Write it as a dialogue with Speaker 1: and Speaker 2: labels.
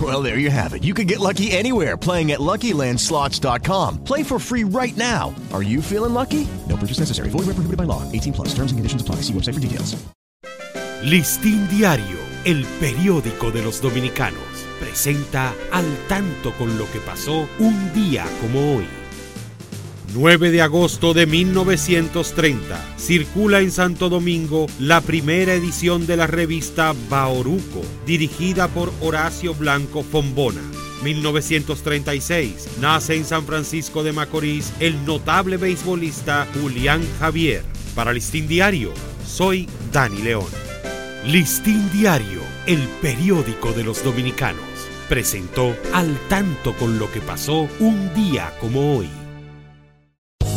Speaker 1: Well, there you have it. You can get lucky anywhere playing at LuckyLandSlots.com. Play for free right now. Are you feeling lucky? No purchase necessary. Void where prohibited by law. 18 plus. Terms and conditions apply. See website for details.
Speaker 2: Listín Diario, el periódico de los dominicanos, presenta al tanto con lo que pasó un día como hoy. 9 de agosto de 1930, circula en Santo Domingo la primera edición de la revista Baoruco, dirigida por Horacio Blanco Fombona. 1936, nace en San Francisco de Macorís el notable beisbolista Julián Javier. Para Listín Diario, soy Dani León. Listín Diario, el periódico de los dominicanos, presentó al tanto con lo que pasó un día como hoy.